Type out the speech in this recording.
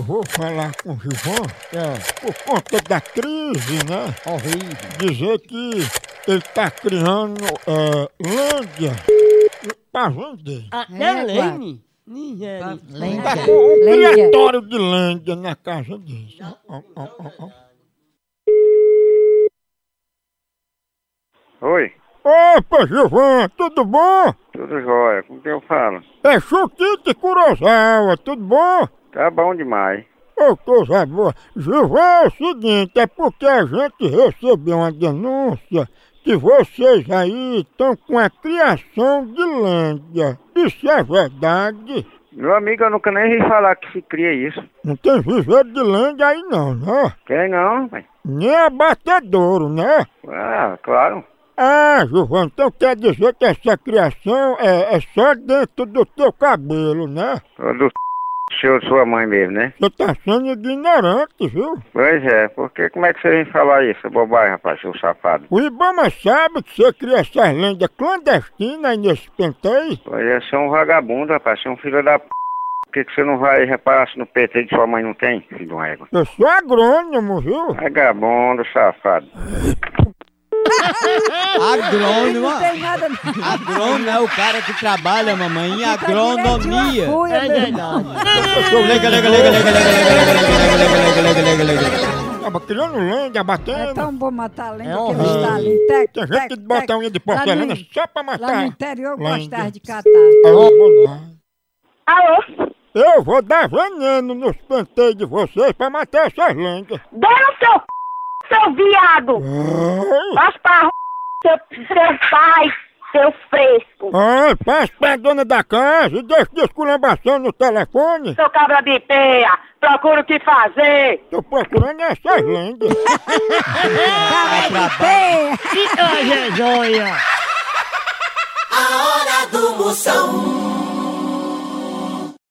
vou falar com o Gilvan É, por conta da crise, né? horrível. Dizer que ele tá criando é, Lândia pra vender. Ah, É, é Lene? Nigéria. Tá Lenda. com um Lenda. criatório de Lândia na casa disso. Ó, ó, ó, ó. Oi, Opa, Gilvan, tudo bom? tudo jóia? Com quem eu falo? É Chuquito Kurosawa, tudo bom? Tá bom demais. Ô, coisa boa. Gilvan, é o seguinte, é porque a gente recebeu uma denúncia que vocês aí estão com a criação de Lândia. Isso é verdade? Meu amigo, eu nunca nem vi falar que se cria isso. Não tem viveiro de Lândia aí não, né? Quem não, pai? Nem abatedouro, né? Ah, claro. Ah, Gilvan, então quer dizer que essa criação é, é só dentro do teu cabelo, né? Ô, Do seu sua mãe mesmo, né? Você tá sendo ignorante, viu? Pois é, porque como é que você vem falar isso, bobagem, rapaz, seu safado? O Ibama sabe que você cria essas lendas clandestinas aí nesse penteio. Pois é, você é um vagabundo, rapaz, você é um filho da p. Por que, que você não vai reparar se no PT que sua mãe não tem, filho de uma égua? Eu sou agrônomo, viu? Vagabundo, safado. Agrônomo. Não tem nada não. Agrônomo é o cara que trabalha, mamãe, em Tá direto de uma agronomia. cuia, meu irmão. Lega, lega, lega, lega, lega, lega, lega, lega, lega, lega, lega, lega. Tava criando lenda, É tá batendo. tão bom matar a lenda É que eles horrível. estão ali. Tec, Tem gente tec, que bota tec. unha de Lá no- porcelana é. só pra Lá no matar. interior eu Lenda. gostava de catar. Ah, vou lá. Alô? Eu vou dar veneno nos penteios de vocês pra matar essas lendas. Dê no seu p, seu viado! Ai, Mas pra r... seu, seu pai, seu fresco! ai, passa pra dona da casa e deixa de esculambação no telefone. Seu cabra de peia, procura o que fazer! Tô procurando essas lendas. Ah. Que coisa joia! A hora do Moção.